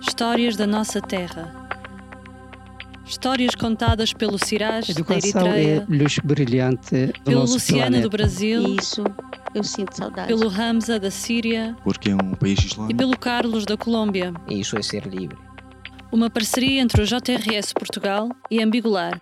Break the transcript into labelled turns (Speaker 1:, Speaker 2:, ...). Speaker 1: Histórias da nossa terra. Histórias contadas pelo Cirás,
Speaker 2: Educação
Speaker 1: da
Speaker 2: é
Speaker 1: Eritreia,
Speaker 2: luz brilhante do
Speaker 1: pelo
Speaker 2: nosso
Speaker 1: Luciano do
Speaker 2: planeta.
Speaker 1: Brasil,
Speaker 3: Isso, eu sinto saudades.
Speaker 1: pelo Hamza da Síria
Speaker 4: porque é um país
Speaker 1: e
Speaker 2: Uhum.
Speaker 4: islâmico.
Speaker 1: pelo Carlos da Colômbia.
Speaker 5: Isso é ser livre.
Speaker 1: Uma parceria entre o JRS Portugal e Ambigular,